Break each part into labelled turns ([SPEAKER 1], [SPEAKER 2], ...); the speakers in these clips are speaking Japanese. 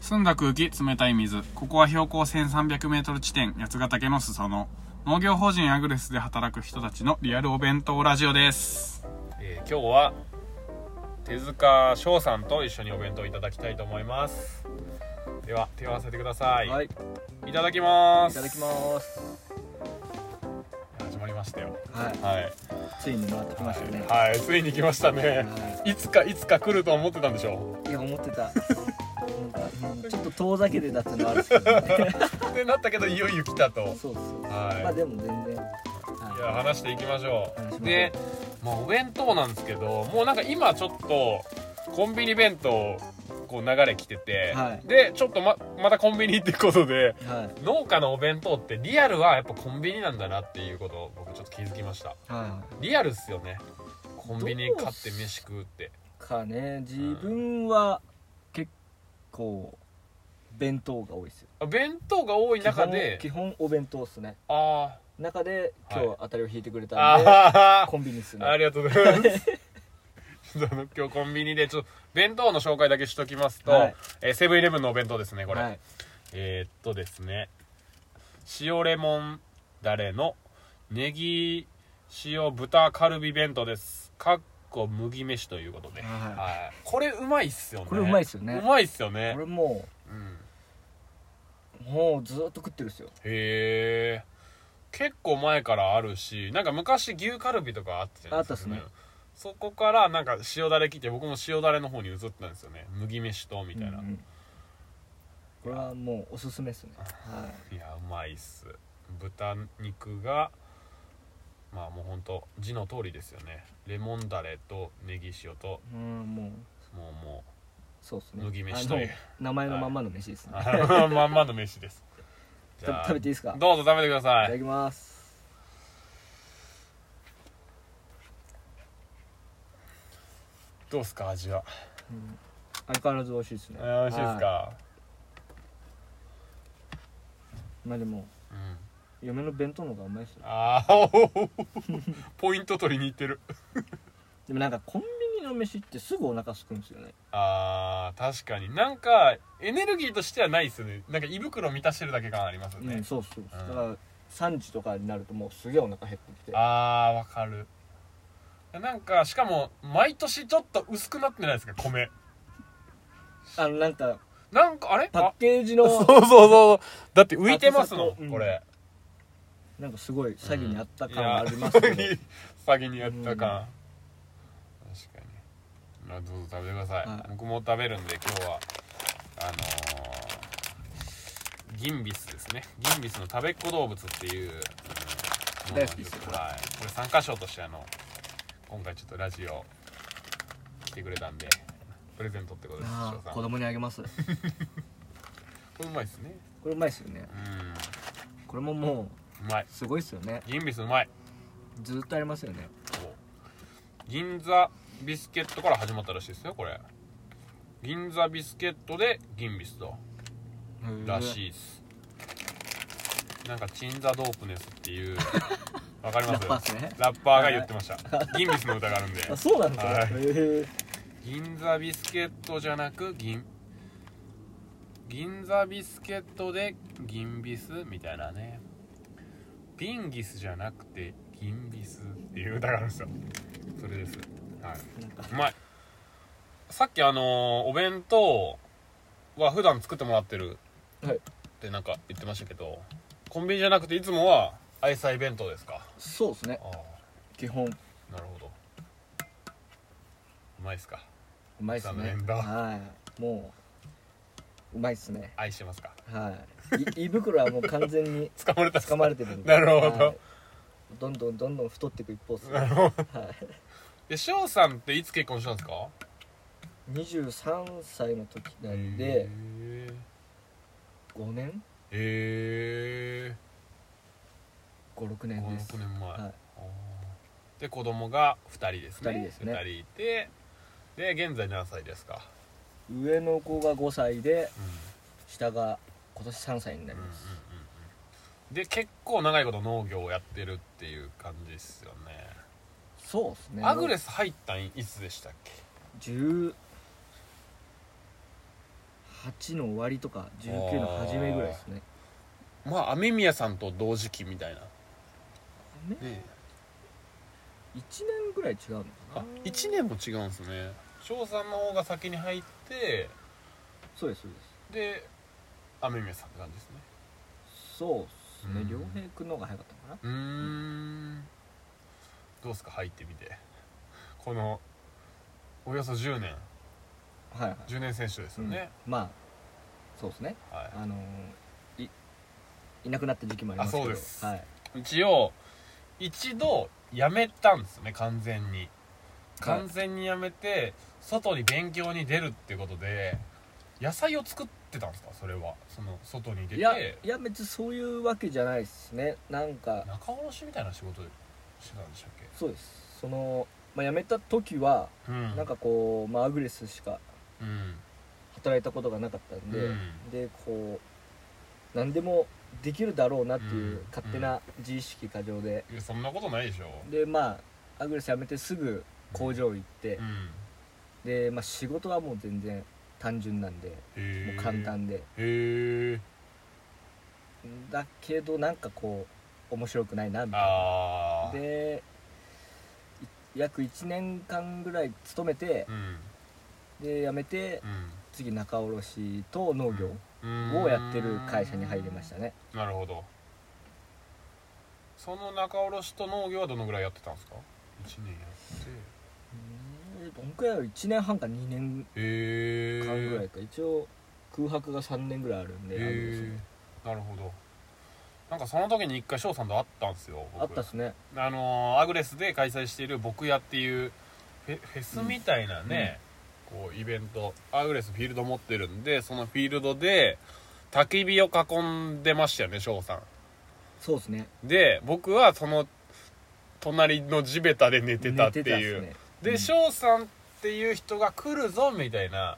[SPEAKER 1] 澄んだ空気、冷たい水。ここは標高1300メートル地点、八ヶ岳の裾野。農業法人アグレスで働く人たちのリアルお弁当ラジオです。
[SPEAKER 2] えー今日は手塚翔さんと一緒にお弁当をいただきたいと思いますでは手を合わせてください、
[SPEAKER 3] はい、
[SPEAKER 2] い、
[SPEAKER 3] い
[SPEAKER 2] ただきます
[SPEAKER 3] ただきます。
[SPEAKER 2] 始まりましたよ
[SPEAKER 3] はい、
[SPEAKER 2] はい、
[SPEAKER 3] ついに回ってきましたね。
[SPEAKER 2] はい、ついに来ましたね
[SPEAKER 3] はい
[SPEAKER 2] つかいつか来ると思ってたんでしょ
[SPEAKER 3] い、いや、思っ てた。なんか、うんちょっと遠ざけてたってのはあるんですけど、ね。
[SPEAKER 2] うってなったけどいよいよ来たと
[SPEAKER 3] そうそう。
[SPEAKER 2] はい
[SPEAKER 3] まあ、でも、全然。
[SPEAKER 2] いや話していきましょ
[SPEAKER 3] 話しましょ
[SPEAKER 2] う
[SPEAKER 3] う
[SPEAKER 2] で、まあ、お弁当なんですけどもうなんか今ちょっとコンビニ弁当こう流れ来てて、
[SPEAKER 3] はい
[SPEAKER 2] でちょっとままたコンビニってことで
[SPEAKER 3] はい、はい、
[SPEAKER 2] 農家のお弁当ってリアルはやっぱコンビニなんだなっていうことを僕ちょっと気づきました
[SPEAKER 3] は
[SPEAKER 2] リアルっすよねコンビニ買って飯食うって
[SPEAKER 3] い。かね、自分は。結構。弁当が多いですよ。
[SPEAKER 2] あ弁当が多い中で
[SPEAKER 3] 基本基本お弁当っすね。
[SPEAKER 2] あ
[SPEAKER 3] 中で、今
[SPEAKER 2] は
[SPEAKER 3] 日当たりを引いてくれ
[SPEAKER 2] ー
[SPEAKER 3] たんで。
[SPEAKER 2] あ
[SPEAKER 3] コンビニっす
[SPEAKER 2] ーあ
[SPEAKER 3] ね。
[SPEAKER 2] りがとうございます ちょっとあの今日コンビニでちょっと弁当の紹介だけしときますと、
[SPEAKER 3] はい
[SPEAKER 2] えーセブンイレブンのお弁当ですねこれ、
[SPEAKER 3] はい、
[SPEAKER 2] えー、っとですね塩レモンだれのネギ塩豚カルビ弁当ですかっこ麦飯ということで、
[SPEAKER 3] はい
[SPEAKER 2] はい、これうまいっすよね
[SPEAKER 3] これうまいっすよね
[SPEAKER 2] うまいっすよね、
[SPEAKER 3] 俺も
[SPEAKER 2] うん、
[SPEAKER 3] う、もうずっと食ってるっすよ。
[SPEAKER 2] へえ結構前からあるしなんか昔牛カルビとかあったじゃないですか、
[SPEAKER 3] あったっ
[SPEAKER 2] そこからなんか塩だれ来て僕も塩だれの方に移ったんですよね麦飯とみたいな、
[SPEAKER 3] うんうんこれはもうおすすめですねはい
[SPEAKER 2] いやうまいっす豚肉がまあもうほんと字の通りですよねレモンだれとネギ塩と
[SPEAKER 3] うんもう
[SPEAKER 2] もうも
[SPEAKER 3] そうですね
[SPEAKER 2] 麦飯
[SPEAKER 3] あ
[SPEAKER 2] という
[SPEAKER 3] の名前のまんまの飯ですね、
[SPEAKER 2] うあのまんまの飯ですじゃあ
[SPEAKER 3] 食べていいですかい
[SPEAKER 2] どうぞ食べてくださ
[SPEAKER 3] ただ
[SPEAKER 2] い
[SPEAKER 3] きます
[SPEAKER 2] どうっすか味は
[SPEAKER 3] 相変わらず美味しいですね
[SPEAKER 2] えー美味しいです
[SPEAKER 3] は
[SPEAKER 2] か
[SPEAKER 3] いまあでも
[SPEAKER 2] うん
[SPEAKER 3] 嫁の弁当の方がうまいですよ
[SPEAKER 2] ああおおポイント取りに行ってる
[SPEAKER 3] でもなんかコンビニの飯ってすぐお腹すくんですよね
[SPEAKER 2] あー確かになんかエネルギーとしてはないっすねなんか胃袋満たしてるだけ感ありますよ
[SPEAKER 3] う
[SPEAKER 2] ね
[SPEAKER 3] ん、そうそう
[SPEAKER 2] うん
[SPEAKER 3] だから3時とかになるともうすげえお腹減ってきて
[SPEAKER 2] あーわかるなんかしかも毎年ちょっと薄くなってないですか米
[SPEAKER 3] あのなんか
[SPEAKER 2] なんかあれ
[SPEAKER 3] パッ
[SPEAKER 2] あ
[SPEAKER 3] ケージ
[SPEAKER 2] そうそう
[SPEAKER 3] の
[SPEAKER 2] そうだって浮いてますも
[SPEAKER 3] 後々
[SPEAKER 2] ん
[SPEAKER 3] うん
[SPEAKER 2] これ
[SPEAKER 3] なんかすごい詐欺にあった感ありますけど、
[SPEAKER 2] 詐欺にやった感確かにまあどうぞ食べてください、
[SPEAKER 3] はい
[SPEAKER 2] 僕も食べるんで今日はあのー、ギンビスですねギンビスの食べっ子動物っていう、うん
[SPEAKER 3] 大好きですよ
[SPEAKER 2] はい、これ参加賞としてあの今回ちょっとラジオ来てくれたんでプレゼントってことです
[SPEAKER 3] あ
[SPEAKER 2] 翔
[SPEAKER 3] あ
[SPEAKER 2] さん
[SPEAKER 3] 子供にあげますこ
[SPEAKER 2] これうまいですね
[SPEAKER 3] れうまいですよね
[SPEAKER 2] う
[SPEAKER 3] これもも
[SPEAKER 2] んうまいう
[SPEAKER 3] すごいですよね
[SPEAKER 2] ギンビスうまい
[SPEAKER 3] ずっとありますよね
[SPEAKER 2] 銀座ビスケットから始まったらしいですよこれ銀座ビスケットで銀ビスだら
[SPEAKER 3] い
[SPEAKER 2] しいですなんかチンザドープネスっていう わかり
[SPEAKER 3] ラ
[SPEAKER 2] ま
[SPEAKER 3] ッパーっ
[SPEAKER 2] す
[SPEAKER 3] すね
[SPEAKER 2] ラッパーが言ってました 銀ビスの歌があるんで
[SPEAKER 3] あそうなんです
[SPEAKER 2] はい
[SPEAKER 3] かへ
[SPEAKER 2] 銀座ビスケットじゃなく銀銀座ビスケットで銀ビスみたいなねビンギスじゃなくて銀ビスっていう歌があるんですよそれですはい
[SPEAKER 3] えなんか
[SPEAKER 2] うまいさっきあのーお弁当は普段作ってもらってる
[SPEAKER 3] はい
[SPEAKER 2] ってなんか言ってましたけどコンビニじゃなくていつもは愛妻弁当ですか
[SPEAKER 3] そうですね
[SPEAKER 2] あ
[SPEAKER 3] 基本う
[SPEAKER 2] あなるほどうまいっすか
[SPEAKER 3] まいっすね
[SPEAKER 2] 残念だ
[SPEAKER 3] はいもううまいっすね
[SPEAKER 2] 愛してますか
[SPEAKER 3] はい い胃袋はもう完全に
[SPEAKER 2] 掴まれたっす
[SPEAKER 3] 掴まれてるんで
[SPEAKER 2] なるほど
[SPEAKER 3] はいどんどんどんどん太っていく一方っす ね
[SPEAKER 2] なるほど
[SPEAKER 3] はい
[SPEAKER 2] で翔さんっていつ結婚したんですか
[SPEAKER 3] 23歳の時なん
[SPEAKER 2] へ
[SPEAKER 3] で
[SPEAKER 2] え
[SPEAKER 3] 5年
[SPEAKER 2] へ
[SPEAKER 3] 56
[SPEAKER 2] え
[SPEAKER 3] 年です
[SPEAKER 2] 56年前、
[SPEAKER 3] は
[SPEAKER 2] あーで子供が2人ですね
[SPEAKER 3] 二人ですね
[SPEAKER 2] 2人いてで現在何歳ですか、
[SPEAKER 3] い上の子が5歳で
[SPEAKER 2] うん
[SPEAKER 3] 下が今年3歳になります
[SPEAKER 2] で結構長いこと農業をやってるっていう感じですよね
[SPEAKER 3] そうっすね
[SPEAKER 2] アグレス入ったんいつでしたっけ
[SPEAKER 3] 18 18の終わりとか19の初めぐらいですね
[SPEAKER 2] まあ雨宮さんと同時期みたいな
[SPEAKER 3] ね
[SPEAKER 2] ね
[SPEAKER 3] 1年ぐらい違うのかな
[SPEAKER 2] あ1年も違うんですね翔さんの方が先に入って
[SPEAKER 3] そうですそうで
[SPEAKER 2] で雨宮さんって感じですね
[SPEAKER 3] すそうですね
[SPEAKER 2] うん
[SPEAKER 3] 良平君の方が早かったのかな
[SPEAKER 2] うーんどうっすか入ってみてこのおよそ10年
[SPEAKER 3] はいはい
[SPEAKER 2] 10年選手ですよね、
[SPEAKER 3] まあそうですね
[SPEAKER 2] はい
[SPEAKER 3] あのーいいなくなった時期もありますけど
[SPEAKER 2] あそうです
[SPEAKER 3] はい、
[SPEAKER 2] 一応一度辞めたんですね完全に完全に辞めて、外に勉強に出るってことで野菜を作ってたんですかそれはその外に出
[SPEAKER 3] いや
[SPEAKER 2] て
[SPEAKER 3] いや別にそういうわけじゃないですねなんか
[SPEAKER 2] 仲卸みたいな仕事してたんでしたっけ
[SPEAKER 3] そうですその、まあ、辞めた時は、
[SPEAKER 2] うん
[SPEAKER 3] なんかこう、まあ、アグレスしか
[SPEAKER 2] うん
[SPEAKER 3] 働いたことがなかったんで、
[SPEAKER 2] うん
[SPEAKER 3] でこう何でもできるだろうなっていううん勝手な自意識過剰で、
[SPEAKER 2] いやそんなことないでしょ
[SPEAKER 3] でまあアグレス辞めてすぐ工場行って、
[SPEAKER 2] うん
[SPEAKER 3] で、まあ、仕事はもう全然単純なんで
[SPEAKER 2] へ
[SPEAKER 3] も
[SPEAKER 2] え
[SPEAKER 3] う簡単で、
[SPEAKER 2] へえ
[SPEAKER 3] だけどなんかこう面白くないなみたいな
[SPEAKER 2] ああ
[SPEAKER 3] でい約1年間ぐらい勤めて
[SPEAKER 2] う、ん
[SPEAKER 3] で辞め
[SPEAKER 2] う
[SPEAKER 3] て次仲卸と農業
[SPEAKER 2] ん
[SPEAKER 3] をやってる会社に入りましたね
[SPEAKER 2] なるほどその仲卸と農業はどのぐらいやってたんですか1年やって
[SPEAKER 3] えーどんくらい1年半か2年
[SPEAKER 2] へえ
[SPEAKER 3] 間ぐらいか、一応空白が3年ぐらいあるんで、
[SPEAKER 2] えなるほどなんかその時に一回翔さんと会ったんですよ僕
[SPEAKER 3] あのあったっすね
[SPEAKER 2] あのーアグレスで開催している僕屋っていうフェフェスみたいなね、こうイベントアグレスフィールド持ってるんでそのフィールドで焚き火を囲んでましたよね翔さん
[SPEAKER 3] そうですね
[SPEAKER 2] で僕はその隣の地べたで寝てたって
[SPEAKER 3] 寝
[SPEAKER 2] いう
[SPEAKER 3] っすねう
[SPEAKER 2] で
[SPEAKER 3] ん
[SPEAKER 2] 翔さんっていう人が来るぞみたいな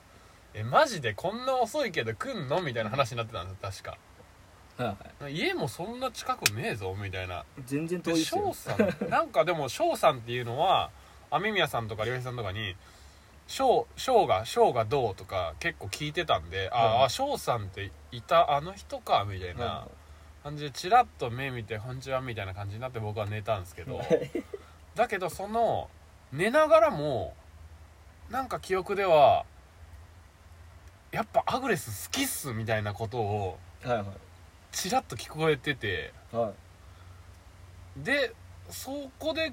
[SPEAKER 2] えマジでこんな遅いけど来んのみたいな話になってたんですよ
[SPEAKER 3] はいはい
[SPEAKER 2] 確か家もそんな近くねえぞみたいな
[SPEAKER 3] 全然遠い
[SPEAKER 2] で
[SPEAKER 3] っす
[SPEAKER 2] 翔
[SPEAKER 3] よ
[SPEAKER 2] さん なんかでも翔さんっていうのは雨宮さんとか良平さんとかに翔翔が翔がどうとか結構聞いてたんで、
[SPEAKER 3] はい
[SPEAKER 2] ああ翔さんっていたあの人かみたいな、
[SPEAKER 3] は
[SPEAKER 2] 感じでチラッと目見て「こんにちは」みたいな感じになって僕は寝たんですけど だけどその寝ながらもなんか記憶ではやっぱアグレス好きっすみたいなことを
[SPEAKER 3] いはいは
[SPEAKER 2] チラッと聞こえてて
[SPEAKER 3] いはい
[SPEAKER 2] でそこで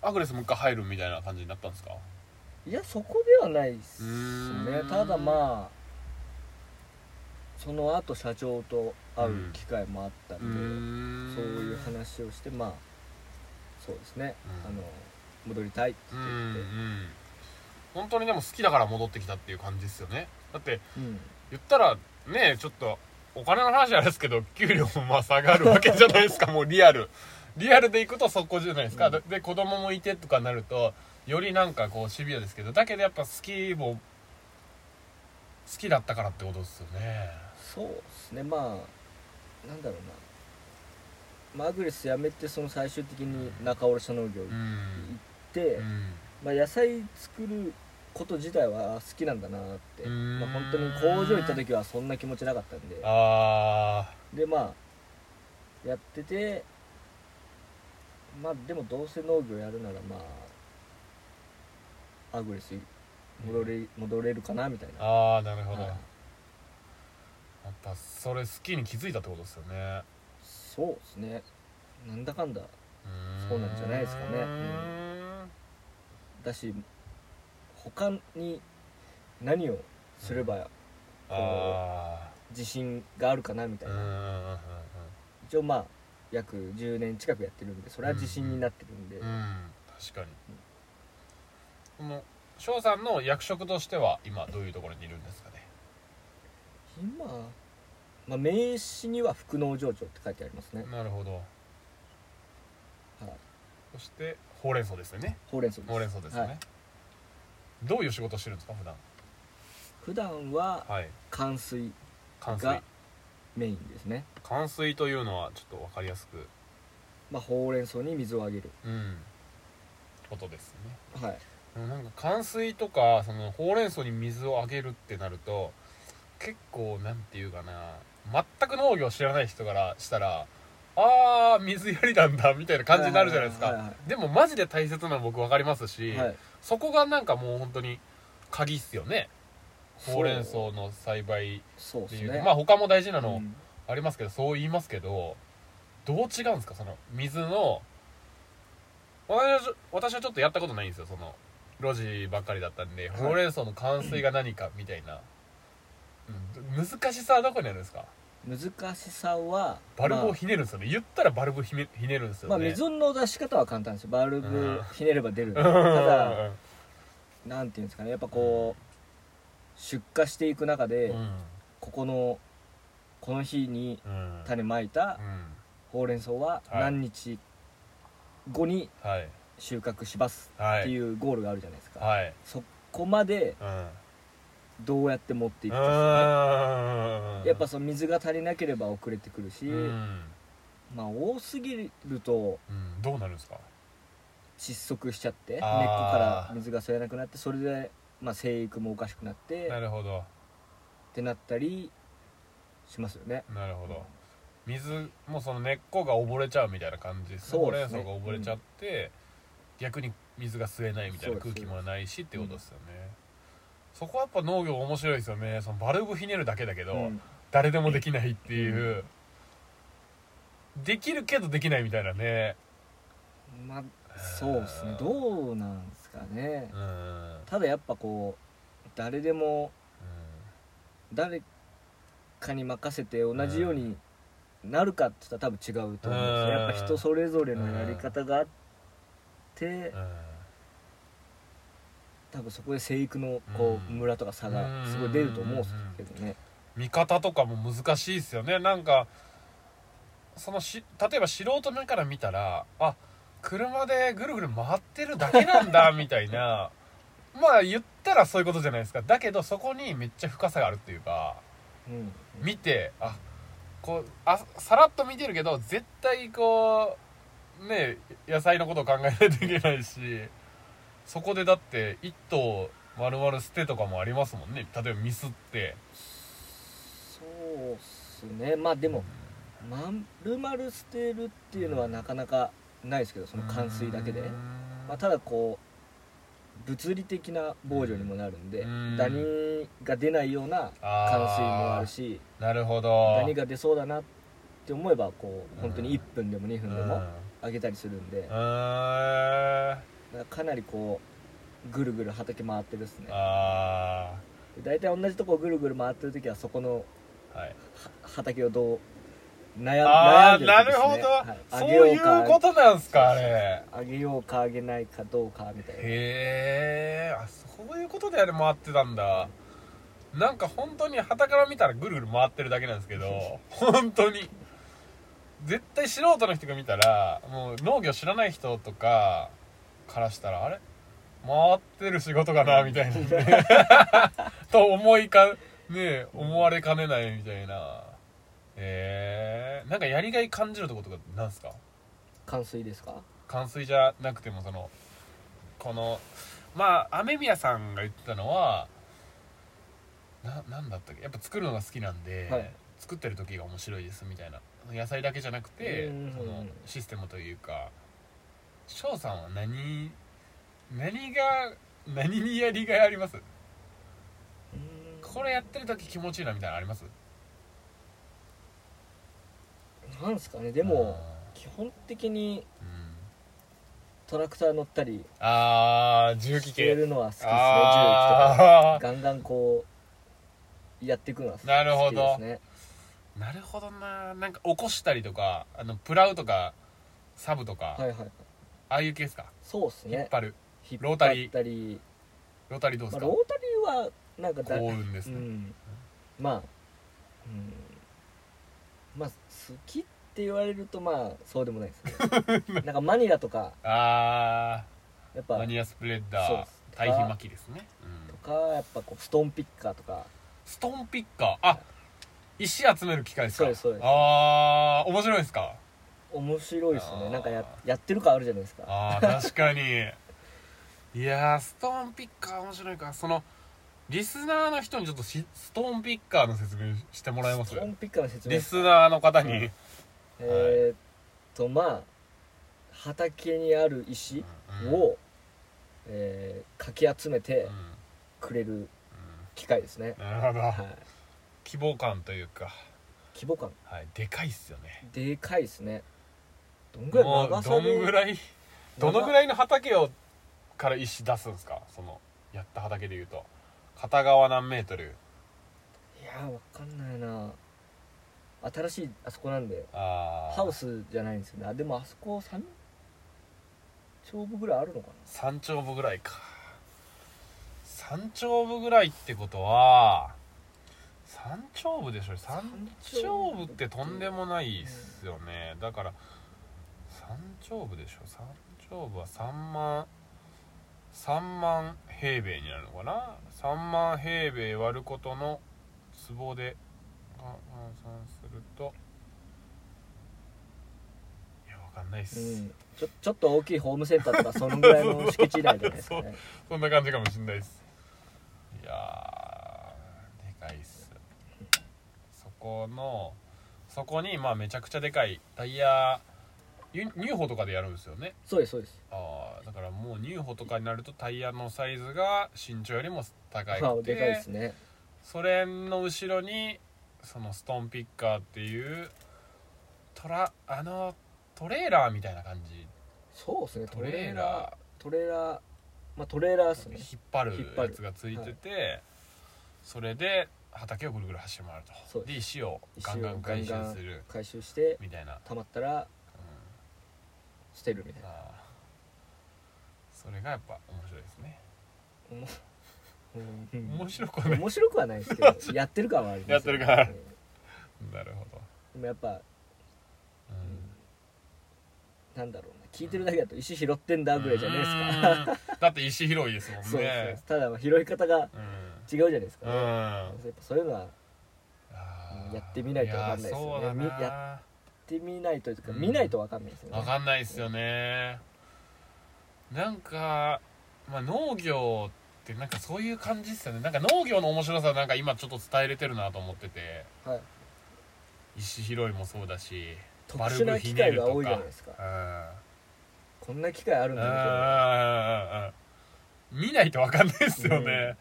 [SPEAKER 2] アグレスもう一回入るみたいな感じになったんですか
[SPEAKER 3] いやそこではないっす
[SPEAKER 2] うー
[SPEAKER 3] ね
[SPEAKER 2] ん
[SPEAKER 3] ただまあその後社長と会う機会もあったんで、そういう話をしてまあそうですね、
[SPEAKER 2] うん
[SPEAKER 3] あの戻りたいって
[SPEAKER 2] う
[SPEAKER 3] 言
[SPEAKER 2] ん
[SPEAKER 3] っ
[SPEAKER 2] う
[SPEAKER 3] て、
[SPEAKER 2] ん本当にでも好きだから戻ってきたっていう感じですよねだって
[SPEAKER 3] うん
[SPEAKER 2] 言ったらねちょっとお金の話あれですけど給料もまあ下がるわけじゃないです かもうリアルリアルでいくとそこじゃないですか、
[SPEAKER 3] うん
[SPEAKER 2] でで子供もいてとかなるとよりなんかこうシビアですけどだけどやっぱ好きも好きだったからってことですよね
[SPEAKER 3] そうですねまあなんだろうな、まあ、アグレス辞めてその最終的に仲卸の農業行
[SPEAKER 2] う
[SPEAKER 3] っ
[SPEAKER 2] ん
[SPEAKER 3] て、
[SPEAKER 2] うん
[SPEAKER 3] まあ、野菜作ること自体は好きなんだなって、
[SPEAKER 2] うん
[SPEAKER 3] まあ、本当に工場行った時はそんな気持ちなかったんで
[SPEAKER 2] あ
[SPEAKER 3] でまあやっててまあでもどうせ農業やるならまあアグレス戻れ戻れるかなみたい
[SPEAKER 2] ー
[SPEAKER 3] な
[SPEAKER 2] あーなるほど、
[SPEAKER 3] はい
[SPEAKER 2] やっぱそれ好きに気づいたってことですよね
[SPEAKER 3] そうですねなんだかんだ
[SPEAKER 2] ー
[SPEAKER 3] そうなんじゃないですかねうんだし他に何をすれば
[SPEAKER 2] あ
[SPEAKER 3] 自信があるかなみ
[SPEAKER 2] あ
[SPEAKER 3] た
[SPEAKER 2] う
[SPEAKER 3] い
[SPEAKER 2] んう、
[SPEAKER 3] なん
[SPEAKER 2] うんうん
[SPEAKER 3] 一応まあ約10年近くやってるんでそれは自信になってるんで、
[SPEAKER 2] うん確かにこの翔さんの役職としては今どういうところにいるんですかね
[SPEAKER 3] 今、まあ、名刺には副農場長って書いてありますね、
[SPEAKER 2] なるほど
[SPEAKER 3] はい、
[SPEAKER 2] そしてほうれん草ですよね
[SPEAKER 3] ほうれん草です
[SPEAKER 2] ほうれん草ですよね、
[SPEAKER 3] はい
[SPEAKER 2] どういう仕事してるんですか普段
[SPEAKER 3] 普段は
[SPEAKER 2] はい
[SPEAKER 3] 冠水
[SPEAKER 2] 冠水
[SPEAKER 3] がメインですね、
[SPEAKER 2] 冠水というのはちょっと分かりやすく
[SPEAKER 3] まあ、ほうれん草に水をあげる
[SPEAKER 2] うんことですね
[SPEAKER 3] はい
[SPEAKER 2] でもなんか冠水とかそのほうれん草に水をあげるってなると結構なんていうかな全く農業知らない人からしたらあー水やりなんだみたいな感じになるじゃないです
[SPEAKER 3] はいは
[SPEAKER 2] かでもマジで大切なの僕分かりますし、
[SPEAKER 3] いはいはい
[SPEAKER 2] そこがなんかもう本当に鍵っすよねほうれん草の栽培
[SPEAKER 3] そう
[SPEAKER 2] って
[SPEAKER 3] で
[SPEAKER 2] い
[SPEAKER 3] す
[SPEAKER 2] う
[SPEAKER 3] ね
[SPEAKER 2] まあ他も大事な
[SPEAKER 3] う
[SPEAKER 2] の
[SPEAKER 3] ん
[SPEAKER 2] ありますけど、そう言いますけどどう違うんですかその水の私はちょ私はちょっとやったことないんですよその路地ばっかりだったんで、
[SPEAKER 3] はい
[SPEAKER 2] ほうれん草の冠水が何かみたいな、うん、難しさはどこにあるんですか
[SPEAKER 3] 難しさは
[SPEAKER 2] バルブ
[SPEAKER 3] ま
[SPEAKER 2] を
[SPEAKER 3] あ
[SPEAKER 2] ひねるんですよね、言ったらバルブひねひねるんですよね
[SPEAKER 3] ま あ水の出し方は簡単ですよバルブひねれば出る
[SPEAKER 2] う
[SPEAKER 3] た
[SPEAKER 2] ん
[SPEAKER 3] だなんていうんですかねやっぱこう出荷していく中で、
[SPEAKER 2] うん
[SPEAKER 3] ここのこの日に
[SPEAKER 2] うん
[SPEAKER 3] 種まいた
[SPEAKER 2] うん
[SPEAKER 3] ほうれん草は
[SPEAKER 2] はい
[SPEAKER 3] 何日後に
[SPEAKER 2] はい
[SPEAKER 3] 収穫します
[SPEAKER 2] は
[SPEAKER 3] って
[SPEAKER 2] い
[SPEAKER 3] いうゴールがあるじゃないですか、
[SPEAKER 2] はい
[SPEAKER 3] そこまで
[SPEAKER 2] うん
[SPEAKER 3] どうやって持っていく
[SPEAKER 2] う
[SPEAKER 3] かですよね
[SPEAKER 2] ん
[SPEAKER 3] やっぱその水が足りなければ遅れてくるし、
[SPEAKER 2] うん
[SPEAKER 3] まあ多すぎると
[SPEAKER 2] うんどうなるんですか
[SPEAKER 3] 窒息しちゃって根っこ
[SPEAKER 2] あー
[SPEAKER 3] から水が吸えなくなってそれで、まあ、生育もおかしくなって
[SPEAKER 2] な
[SPEAKER 3] っ
[SPEAKER 2] るほど
[SPEAKER 3] てなったりしますよね
[SPEAKER 2] なるほど水もうその根っこが溺れちゃうみたいな感じですね
[SPEAKER 3] そ
[SPEAKER 2] ほ
[SPEAKER 3] う
[SPEAKER 2] うれ
[SPEAKER 3] で
[SPEAKER 2] ん
[SPEAKER 3] す
[SPEAKER 2] 草
[SPEAKER 3] ね
[SPEAKER 2] が溺れちゃって、逆に水が吸えないみたいな
[SPEAKER 3] そう
[SPEAKER 2] 空
[SPEAKER 3] です
[SPEAKER 2] 気もないしってことですよねそこはやっぱ農業面白いですよねそのバルブひねるだけだけど、
[SPEAKER 3] うん
[SPEAKER 2] 誰でもできないっていう、できるけどできないみたいなね
[SPEAKER 3] まあそうですねどうなんですかね
[SPEAKER 2] うんうん
[SPEAKER 3] ただやっぱこう誰でも誰かに任せて同じようになるかって言ったら多分違うと思うんですよ
[SPEAKER 2] うん
[SPEAKER 3] やっぱ人それぞれのやり方があって多分そこで生育のこう
[SPEAKER 2] うん
[SPEAKER 3] ムラとか差がすごい出ると思うんですけどね
[SPEAKER 2] 見方とかも難しいですよねなんかそのし例えば素人目から見たらあ車でぐるぐる回ってるだけなん だみたいなまあ言ったらそういうことじゃないですかだけどそこにめっちゃ深さがあるっていうか
[SPEAKER 3] うん
[SPEAKER 2] 見てあこうあさらっと見てるけど絶対こうね野菜のことを考えないといけないしそこでだって一頭丸々捨てとかもありますもんね例えばミスって
[SPEAKER 3] そうっすねまあでも丸々捨てるっていうのはなかなかないですけどその冠水だけで
[SPEAKER 2] うーん
[SPEAKER 3] まあただこう物理的な防除にもなるんで
[SPEAKER 2] うん
[SPEAKER 3] ダニが出ないような
[SPEAKER 2] あー
[SPEAKER 3] 冠水もあるし
[SPEAKER 2] なるほど
[SPEAKER 3] ダニが出そうだなって思えばこう本当
[SPEAKER 2] うん
[SPEAKER 3] に1分でも2
[SPEAKER 2] う
[SPEAKER 3] 分
[SPEAKER 2] ん
[SPEAKER 3] で
[SPEAKER 2] う
[SPEAKER 3] もあげたりするんでだか
[SPEAKER 2] ーん
[SPEAKER 3] らかなりこうぐるぐる畑回ってですね
[SPEAKER 2] あ
[SPEAKER 3] で大体同じとこをぐるぐる回ってる時はそこの
[SPEAKER 2] ーはい
[SPEAKER 3] は畑をどう悩ん
[SPEAKER 2] あー
[SPEAKER 3] 悩んでる
[SPEAKER 2] な
[SPEAKER 3] 時
[SPEAKER 2] る
[SPEAKER 3] です
[SPEAKER 2] ほ
[SPEAKER 3] ね
[SPEAKER 2] ど、
[SPEAKER 3] はい
[SPEAKER 2] そ
[SPEAKER 3] あ
[SPEAKER 2] う
[SPEAKER 3] げよ
[SPEAKER 2] いうう
[SPEAKER 3] か
[SPEAKER 2] ことなんすかあれ
[SPEAKER 3] あげようかあげないかどうかみたいな
[SPEAKER 2] へえあそういうことであれ回ってたんだなんか本当に旗から見たらぐるぐる回ってるだけなんですけど本当に絶対素人の人が見たらもう農業知らない人とかからしたらあれ回ってる仕事かなみたいなね と思いかね思われかねないみたいなえー、なんかやりがい感じるとことかなんですか
[SPEAKER 3] 冠水ですか
[SPEAKER 2] 冠水じゃなくてもそのこのまあ雨宮さんが言ってたのはななんだったっけやっぱ作るのが好きなんで、
[SPEAKER 3] はい
[SPEAKER 2] 作ってる時が面白いですみたいな野菜だけじゃなくて
[SPEAKER 3] うんうんうん
[SPEAKER 2] そのシステムというか翔さんは何何が何にやりがいありますこれやってる時気持ちいいなみたいなのあります
[SPEAKER 3] なんですかねでも基本的に
[SPEAKER 2] あー,、うん、
[SPEAKER 3] トラクター乗ったり
[SPEAKER 2] あー重機
[SPEAKER 3] して
[SPEAKER 2] 系
[SPEAKER 3] るのは好きですね重機とか
[SPEAKER 2] あー
[SPEAKER 3] ガンガンこうやっていくのは好き
[SPEAKER 2] なるほど
[SPEAKER 3] ですね
[SPEAKER 2] なるほどななんか起こしたりとかあのプラウとかサブとか、
[SPEAKER 3] はいはいはい
[SPEAKER 2] ああいう系ですか
[SPEAKER 3] そうです
[SPEAKER 2] 引っ
[SPEAKER 3] ね
[SPEAKER 2] 張る
[SPEAKER 3] 引っ
[SPEAKER 2] ロ
[SPEAKER 3] 張
[SPEAKER 2] ー
[SPEAKER 3] っ
[SPEAKER 2] タリー
[SPEAKER 3] たり
[SPEAKER 2] ロータリーどうで
[SPEAKER 3] ます
[SPEAKER 2] か、
[SPEAKER 3] あロータリーはなんかだ
[SPEAKER 2] 幸運です
[SPEAKER 3] う
[SPEAKER 2] ね、
[SPEAKER 3] んまあうんまあ好きって言われるとまあそうでもないです ねなんかマニラとか
[SPEAKER 2] あ
[SPEAKER 3] やっ
[SPEAKER 2] あ
[SPEAKER 3] ぱ
[SPEAKER 2] マニアスプレッダ
[SPEAKER 3] そう
[SPEAKER 2] ー
[SPEAKER 3] です
[SPEAKER 2] 堆肥巻きですね、うん
[SPEAKER 3] とかやっぱこうストーンピッカーとか
[SPEAKER 2] ストーンピッカーあ石集める機械ですか
[SPEAKER 3] そうですそうです
[SPEAKER 2] ああ面白いですか
[SPEAKER 3] 面白いです
[SPEAKER 2] あー
[SPEAKER 3] ねなんかややってる感あるじゃないですか
[SPEAKER 2] ああ確かにいやーストーンピッカー面白いかそのリスナーの人にちょっとしストーンピッカーの説明してもらえます
[SPEAKER 3] オンピッカーの説明
[SPEAKER 2] リスナーの方
[SPEAKER 1] うん
[SPEAKER 2] に、
[SPEAKER 3] えーっとまあ畑にある石
[SPEAKER 2] うん
[SPEAKER 3] を、えーかき集めて
[SPEAKER 2] うん
[SPEAKER 3] くれる機械ですね、
[SPEAKER 2] なるほど、
[SPEAKER 3] はい、
[SPEAKER 2] 希望感というか、
[SPEAKER 3] 規模感
[SPEAKER 2] はい、でかいっすよね
[SPEAKER 3] でかいですねどんぐらい
[SPEAKER 2] も
[SPEAKER 3] 長
[SPEAKER 2] う
[SPEAKER 3] さ
[SPEAKER 2] ど
[SPEAKER 3] で
[SPEAKER 2] んぐらいどのぐらいの畑をから石出すんですかそのやった畑でいうと片側何メートル
[SPEAKER 3] いやわかんないな新しいあそこなんで
[SPEAKER 2] あー
[SPEAKER 3] ハウスじゃないんですよねあでもあそこ3丁部ぐらいあるのかな
[SPEAKER 2] 3丁部ぐらいか3丁部ぐらいってことは3丁部でしょ3丁部ってとんでもないっすよねだから3丁部でしょ3丁部は3万3万平米になるのかな3万平米割ることの壺で換算するといやわかんないっす、
[SPEAKER 3] うんちょちょっと大きいホームセンターとかそのぐらいの敷地内じゃないですかね
[SPEAKER 2] そんな感じかもしんないですいやーでかいっすそこのそこにまあめちゃくちゃでかいタイヤ UFO とかでやるんですよね
[SPEAKER 3] そうですそうです
[SPEAKER 2] ああだからもう UFO とかになるとタイヤのサイズが身長よりも高い
[SPEAKER 3] まあ
[SPEAKER 2] く
[SPEAKER 3] でかいで
[SPEAKER 2] て
[SPEAKER 3] すね
[SPEAKER 2] それの後ろにそのストーンピッカーっていうトラあのトレーラーみたいな感じ
[SPEAKER 3] そうですねト
[SPEAKER 2] ト
[SPEAKER 3] レ
[SPEAKER 2] レ
[SPEAKER 3] ー
[SPEAKER 2] ー
[SPEAKER 3] ラ
[SPEAKER 2] ラー
[SPEAKER 3] ートレーラーまあトレーラーですね
[SPEAKER 2] 引っ張る
[SPEAKER 3] 引っ張
[SPEAKER 2] や
[SPEAKER 3] る
[SPEAKER 2] つがついてて、それで畑をぐるぐる走って回る
[SPEAKER 3] そう
[SPEAKER 2] と
[SPEAKER 3] です
[SPEAKER 2] で石をガンガン回収する
[SPEAKER 3] 回収して
[SPEAKER 2] みたいな、うん
[SPEAKER 3] 溜まったら捨てるみたいな
[SPEAKER 2] まあそれがやっぱ面白いですね、
[SPEAKER 3] うん
[SPEAKER 2] 面白くない
[SPEAKER 3] 面白くはないです けどやってる感はありますよね
[SPEAKER 2] やってる
[SPEAKER 3] う
[SPEAKER 2] 感
[SPEAKER 3] ん
[SPEAKER 2] なるほど、
[SPEAKER 3] でもやっぱ
[SPEAKER 2] うん
[SPEAKER 3] なんだろうな聞いてるだけだと石拾ってんだぐらいじゃないです か
[SPEAKER 2] うんだって石広いですもんね
[SPEAKER 3] そうですただ拾い方が
[SPEAKER 2] うん
[SPEAKER 3] 違うじゃないですか、
[SPEAKER 2] うん
[SPEAKER 3] やっぱそういうのはや
[SPEAKER 2] あー
[SPEAKER 3] やってみないとわかんないですよね
[SPEAKER 2] やそうだな
[SPEAKER 3] みやってみないというか、
[SPEAKER 2] うん
[SPEAKER 3] 見ないとわかんないですよね
[SPEAKER 2] わかんないっすよねなんか、まあ、農業ってなんかそういう感じっすよねなんか農業の面白さなんか今ちょっと伝えれてるなと思ってて
[SPEAKER 3] はい、
[SPEAKER 2] 石拾いもそうだし
[SPEAKER 3] 特殊な機械が多いじゃないですか
[SPEAKER 2] うん
[SPEAKER 3] こんな機械あるん
[SPEAKER 2] うんう
[SPEAKER 3] だ
[SPEAKER 2] ん
[SPEAKER 3] み
[SPEAKER 2] ううん
[SPEAKER 3] たいなん
[SPEAKER 2] 見ないとわかんないっすよね、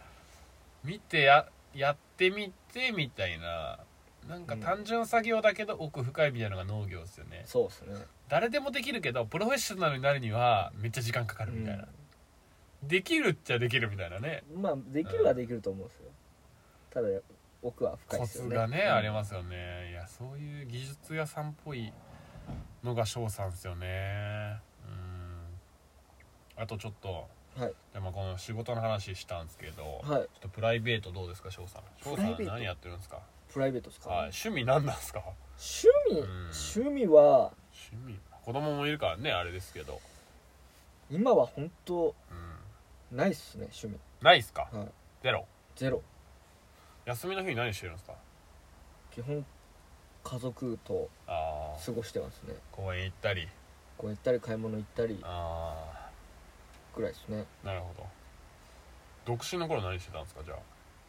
[SPEAKER 2] 見てややってみてみたいななんか単純作業だけど奥深いみたいなのが農業っすよね
[SPEAKER 3] そうですね
[SPEAKER 2] 誰でもできるけどプロフェッショナルになるにはめっちゃ時間かかるみたいな、できるっちゃできるみたいなね
[SPEAKER 3] まあできるはできると思うんですよただ奥は深い
[SPEAKER 2] コ
[SPEAKER 3] ですよ
[SPEAKER 2] ツ
[SPEAKER 3] ね
[SPEAKER 2] がね、あり
[SPEAKER 3] ま
[SPEAKER 2] ますよねいやそういう技術屋さんっぽいのが翔さんですよねうんあとちょっと、
[SPEAKER 3] はい
[SPEAKER 2] でもこの仕事の話したんですけど、ちょ
[SPEAKER 3] はい
[SPEAKER 2] っとプライベートどうですか翔さん翔
[SPEAKER 3] プライ
[SPEAKER 2] さ
[SPEAKER 3] ベ
[SPEAKER 2] ん
[SPEAKER 3] ート
[SPEAKER 2] 何やってるんですか、
[SPEAKER 3] プライベートですか、
[SPEAKER 2] はい、趣味何なんですか
[SPEAKER 3] 趣味、
[SPEAKER 2] うん
[SPEAKER 3] 趣味は
[SPEAKER 2] 趣味子供もいるからねあれですけど、
[SPEAKER 3] 今は本当
[SPEAKER 2] うん、
[SPEAKER 3] ないっすね趣味
[SPEAKER 2] ないっすか、
[SPEAKER 3] はい
[SPEAKER 2] ゼロ
[SPEAKER 3] ゼロ
[SPEAKER 2] 休みの日に何してるんですか
[SPEAKER 3] 基本家族と
[SPEAKER 2] ああ
[SPEAKER 3] 過ごしてますね
[SPEAKER 2] 公園行ったり
[SPEAKER 3] こう行ったり買い物行ったり
[SPEAKER 2] あ
[SPEAKER 3] ぐらいですね
[SPEAKER 2] あなるほど独身の頃何してたんですかじゃあ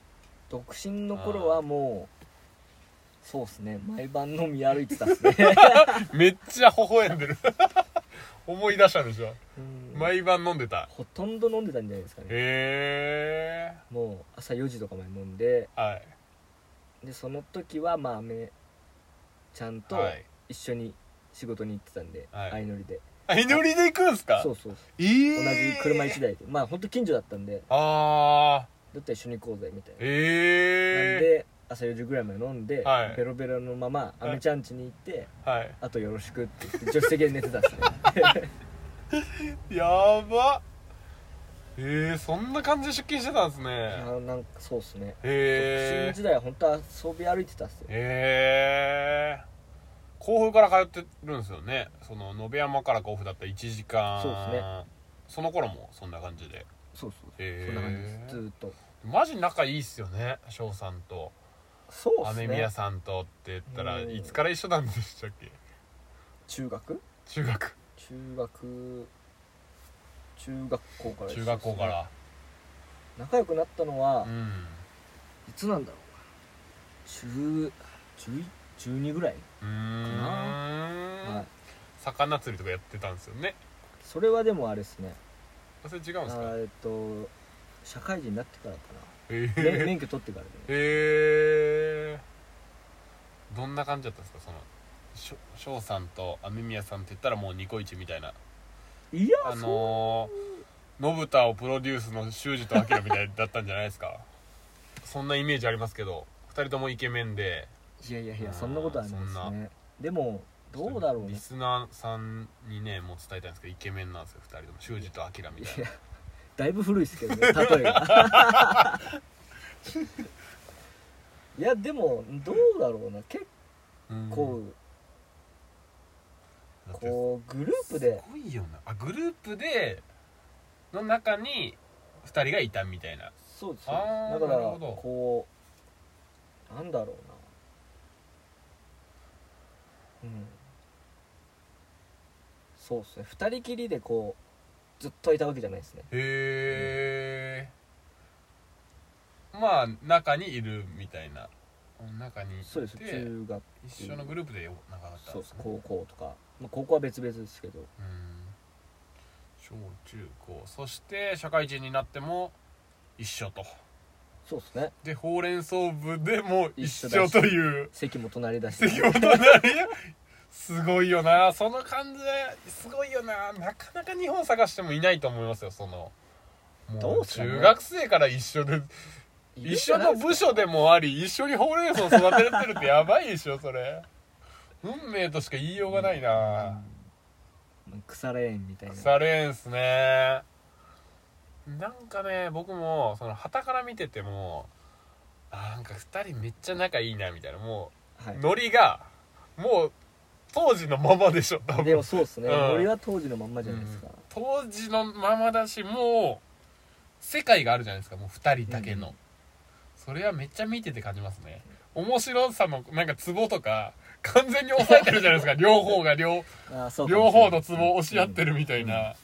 [SPEAKER 3] 独身の頃はもうそうっすね毎晩飲み歩いてたっすね、
[SPEAKER 2] めっちゃ微笑んでる 思い出したんでしょ
[SPEAKER 3] うん
[SPEAKER 2] 毎晩飲んでた
[SPEAKER 3] ほとんど飲んでたんじゃないですかね
[SPEAKER 2] へえ
[SPEAKER 3] もう朝4時とかまで飲んで
[SPEAKER 2] はい
[SPEAKER 3] でその時はまあめちゃんと
[SPEAKER 2] はい
[SPEAKER 3] 一緒に仕事に行ってたんで、
[SPEAKER 2] はい
[SPEAKER 3] 相乗りで
[SPEAKER 2] あ祈りで行くんすか
[SPEAKER 3] そうそう
[SPEAKER 2] え
[SPEAKER 3] 同
[SPEAKER 2] ー
[SPEAKER 3] じ車1台でまあほんと近所だったんで
[SPEAKER 2] ああ
[SPEAKER 3] だったら一緒に行こうぜみたいななん
[SPEAKER 2] ええ
[SPEAKER 3] で朝4時ぐらいまで飲んで、
[SPEAKER 2] はい
[SPEAKER 3] ベロベロのままア
[SPEAKER 2] はい
[SPEAKER 3] メちゃん家に行って、
[SPEAKER 2] はい
[SPEAKER 3] あとよろしくって言って助手席で寝てたっすね
[SPEAKER 2] やばえー、そんな感じで出勤してたんです
[SPEAKER 3] いや
[SPEAKER 2] ね
[SPEAKER 3] なんかそうっすね独
[SPEAKER 2] へ
[SPEAKER 3] 身時代は本当は遊び歩いてたっすよ
[SPEAKER 2] えへえ甲府から通ってるんですよねその延山から甲府だったら1時間
[SPEAKER 3] そうですね
[SPEAKER 2] その頃もそんな感じで
[SPEAKER 3] そうそう
[SPEAKER 2] へえ
[SPEAKER 3] そんな感じですずーっと
[SPEAKER 2] マジ仲いいっすよね翔さんと
[SPEAKER 3] そうっす
[SPEAKER 2] 雨
[SPEAKER 3] ね
[SPEAKER 2] 宮さんとって言ったら
[SPEAKER 3] うん
[SPEAKER 2] いつから一緒なんでしたっけ
[SPEAKER 3] 中学
[SPEAKER 2] 中学
[SPEAKER 3] 中学中学校から一緒っすね
[SPEAKER 2] 中学校から
[SPEAKER 3] 仲良くなったのは、
[SPEAKER 2] う
[SPEAKER 3] い
[SPEAKER 2] ん
[SPEAKER 3] つなんだろう中中中2ぐらい、
[SPEAKER 2] うーん、
[SPEAKER 3] はい
[SPEAKER 2] 魚釣りとかやってたんですよね
[SPEAKER 3] それはでもあれですね
[SPEAKER 2] それ違うん
[SPEAKER 3] あ
[SPEAKER 2] ですか
[SPEAKER 3] ーえっと社会人になってからかな
[SPEAKER 2] へえ
[SPEAKER 3] 免免許取ってからで、ね、
[SPEAKER 2] へえどんな感じだったんですかそのしょ翔さんと雨宮さんって言ったらもうニコイチみたいない
[SPEAKER 3] や
[SPEAKER 2] あ
[SPEAKER 3] そう
[SPEAKER 2] のー、のぶたをプロデュースの修二とあきらみたいだったんじゃないですか そんなイメージありますけど2人ともイケメンで
[SPEAKER 3] いやいやいや
[SPEAKER 2] あー
[SPEAKER 3] そんなことはないで
[SPEAKER 2] そ
[SPEAKER 3] す
[SPEAKER 2] ん
[SPEAKER 3] ねでもどうだろう
[SPEAKER 2] リ
[SPEAKER 3] ね
[SPEAKER 2] スナーさんにねもう伝えたいんですけどイケメンなんですよ2人とも修二とあきらみたい
[SPEAKER 3] い
[SPEAKER 2] な
[SPEAKER 3] やだいぶ古いですけどね例えば いやでもどうだろうな結
[SPEAKER 2] うん
[SPEAKER 3] 構、
[SPEAKER 2] だって
[SPEAKER 3] こうグループです
[SPEAKER 2] ごいよなあグループでの中に2人がいたみたいな
[SPEAKER 3] そうです
[SPEAKER 2] あ
[SPEAKER 3] だ
[SPEAKER 2] ー
[SPEAKER 3] から
[SPEAKER 2] なるほど
[SPEAKER 3] こうなんだろうなうんそうですね二人きりでこうずっといたわけじゃないですね
[SPEAKER 2] へえ、まあ中にいるみたいな中にいて
[SPEAKER 3] そうです中学
[SPEAKER 2] 一緒のグループでよ仲だったん
[SPEAKER 3] そ
[SPEAKER 2] で
[SPEAKER 3] うですす
[SPEAKER 2] ね
[SPEAKER 3] 高校とか、まあ、高校は別々ですけど
[SPEAKER 2] うん小中高そして社会人になっても一緒と
[SPEAKER 3] そうですね
[SPEAKER 2] でほうれん草部でも一
[SPEAKER 3] 一緒
[SPEAKER 2] 緒
[SPEAKER 3] だし
[SPEAKER 2] という
[SPEAKER 3] 席も隣だし
[SPEAKER 2] 出来事になり すごいよなその感じすごいよななかなか日本探してもいないと思いますよその
[SPEAKER 3] ど
[SPEAKER 2] も
[SPEAKER 3] う
[SPEAKER 2] う
[SPEAKER 3] っすかね
[SPEAKER 2] 中学生から一緒で
[SPEAKER 3] いるん
[SPEAKER 2] 一
[SPEAKER 3] じゃ
[SPEAKER 2] 緒
[SPEAKER 3] な
[SPEAKER 2] の
[SPEAKER 3] いですか
[SPEAKER 2] 部署でもあり一緒にほうれん草育ててるってやばいでしょそれ運命としか言いようがないな、
[SPEAKER 3] 腐れ縁みたいな
[SPEAKER 2] 腐れんすねなんかね僕もその旗から見ててもあーなんか2人めっちゃ仲いいなみたいなも
[SPEAKER 3] は
[SPEAKER 2] う
[SPEAKER 3] い
[SPEAKER 2] ノリがもう当時のままでしょ多
[SPEAKER 3] で
[SPEAKER 2] 分
[SPEAKER 3] もそうですね、
[SPEAKER 2] うん
[SPEAKER 3] 俺は当時のまんまじゃないですか、
[SPEAKER 2] 当時のままだしもう世界があるじゃないですかもう2人だけの、
[SPEAKER 3] うん
[SPEAKER 2] それはめっちゃ見てて感じますね面白さのなんかツボとか完全に抑えてるじゃないです か両方が両
[SPEAKER 3] あーそうかも
[SPEAKER 2] 両
[SPEAKER 3] しれない
[SPEAKER 2] 方のツボを押し合ってるみたいな、
[SPEAKER 3] うん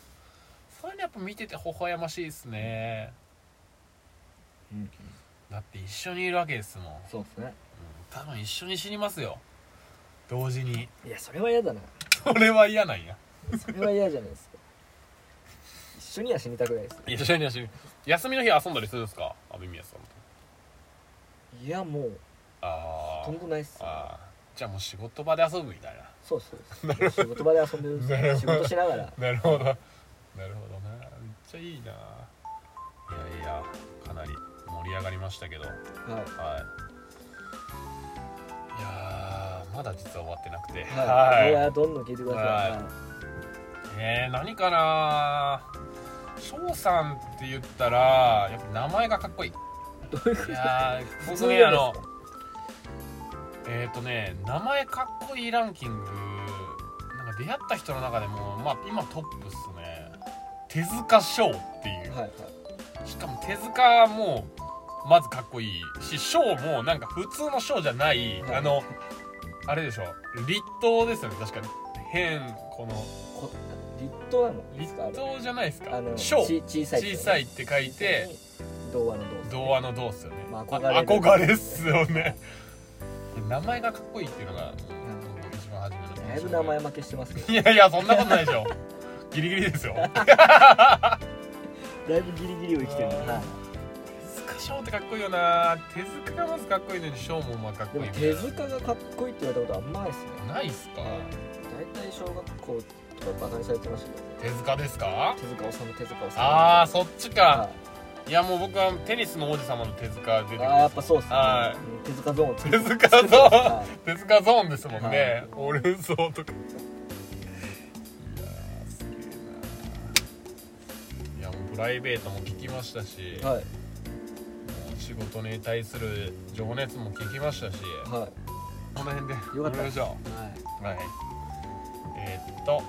[SPEAKER 2] そういうのやっぱ見てて微笑ましいですね
[SPEAKER 3] うんうん
[SPEAKER 2] だって一緒にいるわけですもん、うん
[SPEAKER 3] そうですね
[SPEAKER 2] 多分一緒に死にますよ同時に
[SPEAKER 3] いやそれは嫌だな
[SPEAKER 2] それは嫌なんや
[SPEAKER 3] それは嫌じゃないですか一緒には死にたくないです
[SPEAKER 2] 一緒に死に休みの日遊んだりするんですか阿部宮さんと
[SPEAKER 3] いやもう
[SPEAKER 2] あ
[SPEAKER 3] と
[SPEAKER 2] ー
[SPEAKER 3] んとないっす
[SPEAKER 2] あーじゃあもう仕事場で遊ぶみたいな
[SPEAKER 3] そうそうです仕事場で遊んでるん
[SPEAKER 2] なる
[SPEAKER 3] です
[SPEAKER 2] ほど
[SPEAKER 3] 仕事しながら
[SPEAKER 2] なるほどなるほどなめっちゃいいないやいやかなり盛り上がりましたけどはい
[SPEAKER 3] はい
[SPEAKER 2] いやーまだ実は終わってなくて
[SPEAKER 3] はい、
[SPEAKER 2] は
[SPEAKER 3] はどんどん聞いてください、
[SPEAKER 2] はい
[SPEAKER 3] はい
[SPEAKER 2] いえー、何かな翔さんって言ったらやっぱ名前がかっこいい
[SPEAKER 3] どういうこと
[SPEAKER 2] いやー
[SPEAKER 3] 普
[SPEAKER 2] 僕
[SPEAKER 3] 通で
[SPEAKER 2] ね
[SPEAKER 3] す
[SPEAKER 2] あ
[SPEAKER 3] か
[SPEAKER 2] のえっ、ー、とね名前かっこいいランキングなんか出会った人の中でもまあ今トップっすね手塚翔っていう、
[SPEAKER 3] はいはい
[SPEAKER 2] しかも手塚もまずかっこいいし翔もなんか普通の翔じゃない、
[SPEAKER 3] はい
[SPEAKER 2] あのあれでしょ立東ですよね確かに変この
[SPEAKER 3] こ立冬なのいいで
[SPEAKER 2] 立
[SPEAKER 3] すかあれ
[SPEAKER 2] 東じゃないです
[SPEAKER 3] あ
[SPEAKER 2] か
[SPEAKER 3] の
[SPEAKER 2] 翔
[SPEAKER 3] ち小さい、
[SPEAKER 2] 小さいって書いて
[SPEAKER 3] 童話の童
[SPEAKER 2] 童話の童っすよね、
[SPEAKER 3] まあ
[SPEAKER 2] あ
[SPEAKER 3] 憧
[SPEAKER 2] 憧
[SPEAKER 3] れる
[SPEAKER 2] れっすよね名前がかっこいいっていうのが一番初めの印象で
[SPEAKER 3] だいぶ名前負けしてます けど
[SPEAKER 2] いやいやそんなことないでしょギリギリですよ
[SPEAKER 3] だいぶギリギリを生きてるね
[SPEAKER 2] うん
[SPEAKER 3] は
[SPEAKER 2] 手塚翔ってかっこいいよな手塚がまずかっこいいのに翔もまあかっ
[SPEAKER 3] いで
[SPEAKER 2] こいい
[SPEAKER 3] も
[SPEAKER 2] みたいな
[SPEAKER 3] 手塚がかっこいいって言われたことあんまないですね
[SPEAKER 2] ないっすか
[SPEAKER 3] 大体小学校とかバカにされてましたけど
[SPEAKER 2] 手塚ですか
[SPEAKER 3] 手塚治虫手塚治虫
[SPEAKER 2] あーそっち
[SPEAKER 3] は
[SPEAKER 2] かいやもう僕はテニスの王子様の手塚出て
[SPEAKER 3] い
[SPEAKER 2] く
[SPEAKER 3] あ
[SPEAKER 2] る
[SPEAKER 3] ーやっぱそうっすね
[SPEAKER 2] は
[SPEAKER 3] うん手塚ゾーン
[SPEAKER 2] 手塚 ゾーン
[SPEAKER 3] はい
[SPEAKER 2] 手塚ゾーンですもん
[SPEAKER 3] は
[SPEAKER 2] ね
[SPEAKER 3] い
[SPEAKER 2] オルソーとかいやーすげえないやもうプライベートも聞きましたし、
[SPEAKER 3] は
[SPEAKER 2] も
[SPEAKER 3] い
[SPEAKER 2] う仕事に対する情熱も聞きましたし、
[SPEAKER 3] は
[SPEAKER 2] この辺で
[SPEAKER 3] よかった
[SPEAKER 2] 終わりましょ
[SPEAKER 3] いはいう
[SPEAKER 2] はいえーっと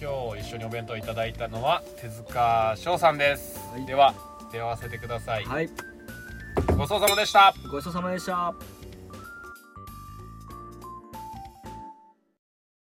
[SPEAKER 2] 今日一緒にお弁当いただいたのは手塚翔さんです、
[SPEAKER 3] はい
[SPEAKER 2] では手を合わせてください、
[SPEAKER 3] はい、
[SPEAKER 2] ごちそうさまでした
[SPEAKER 3] ごちそうさまでした。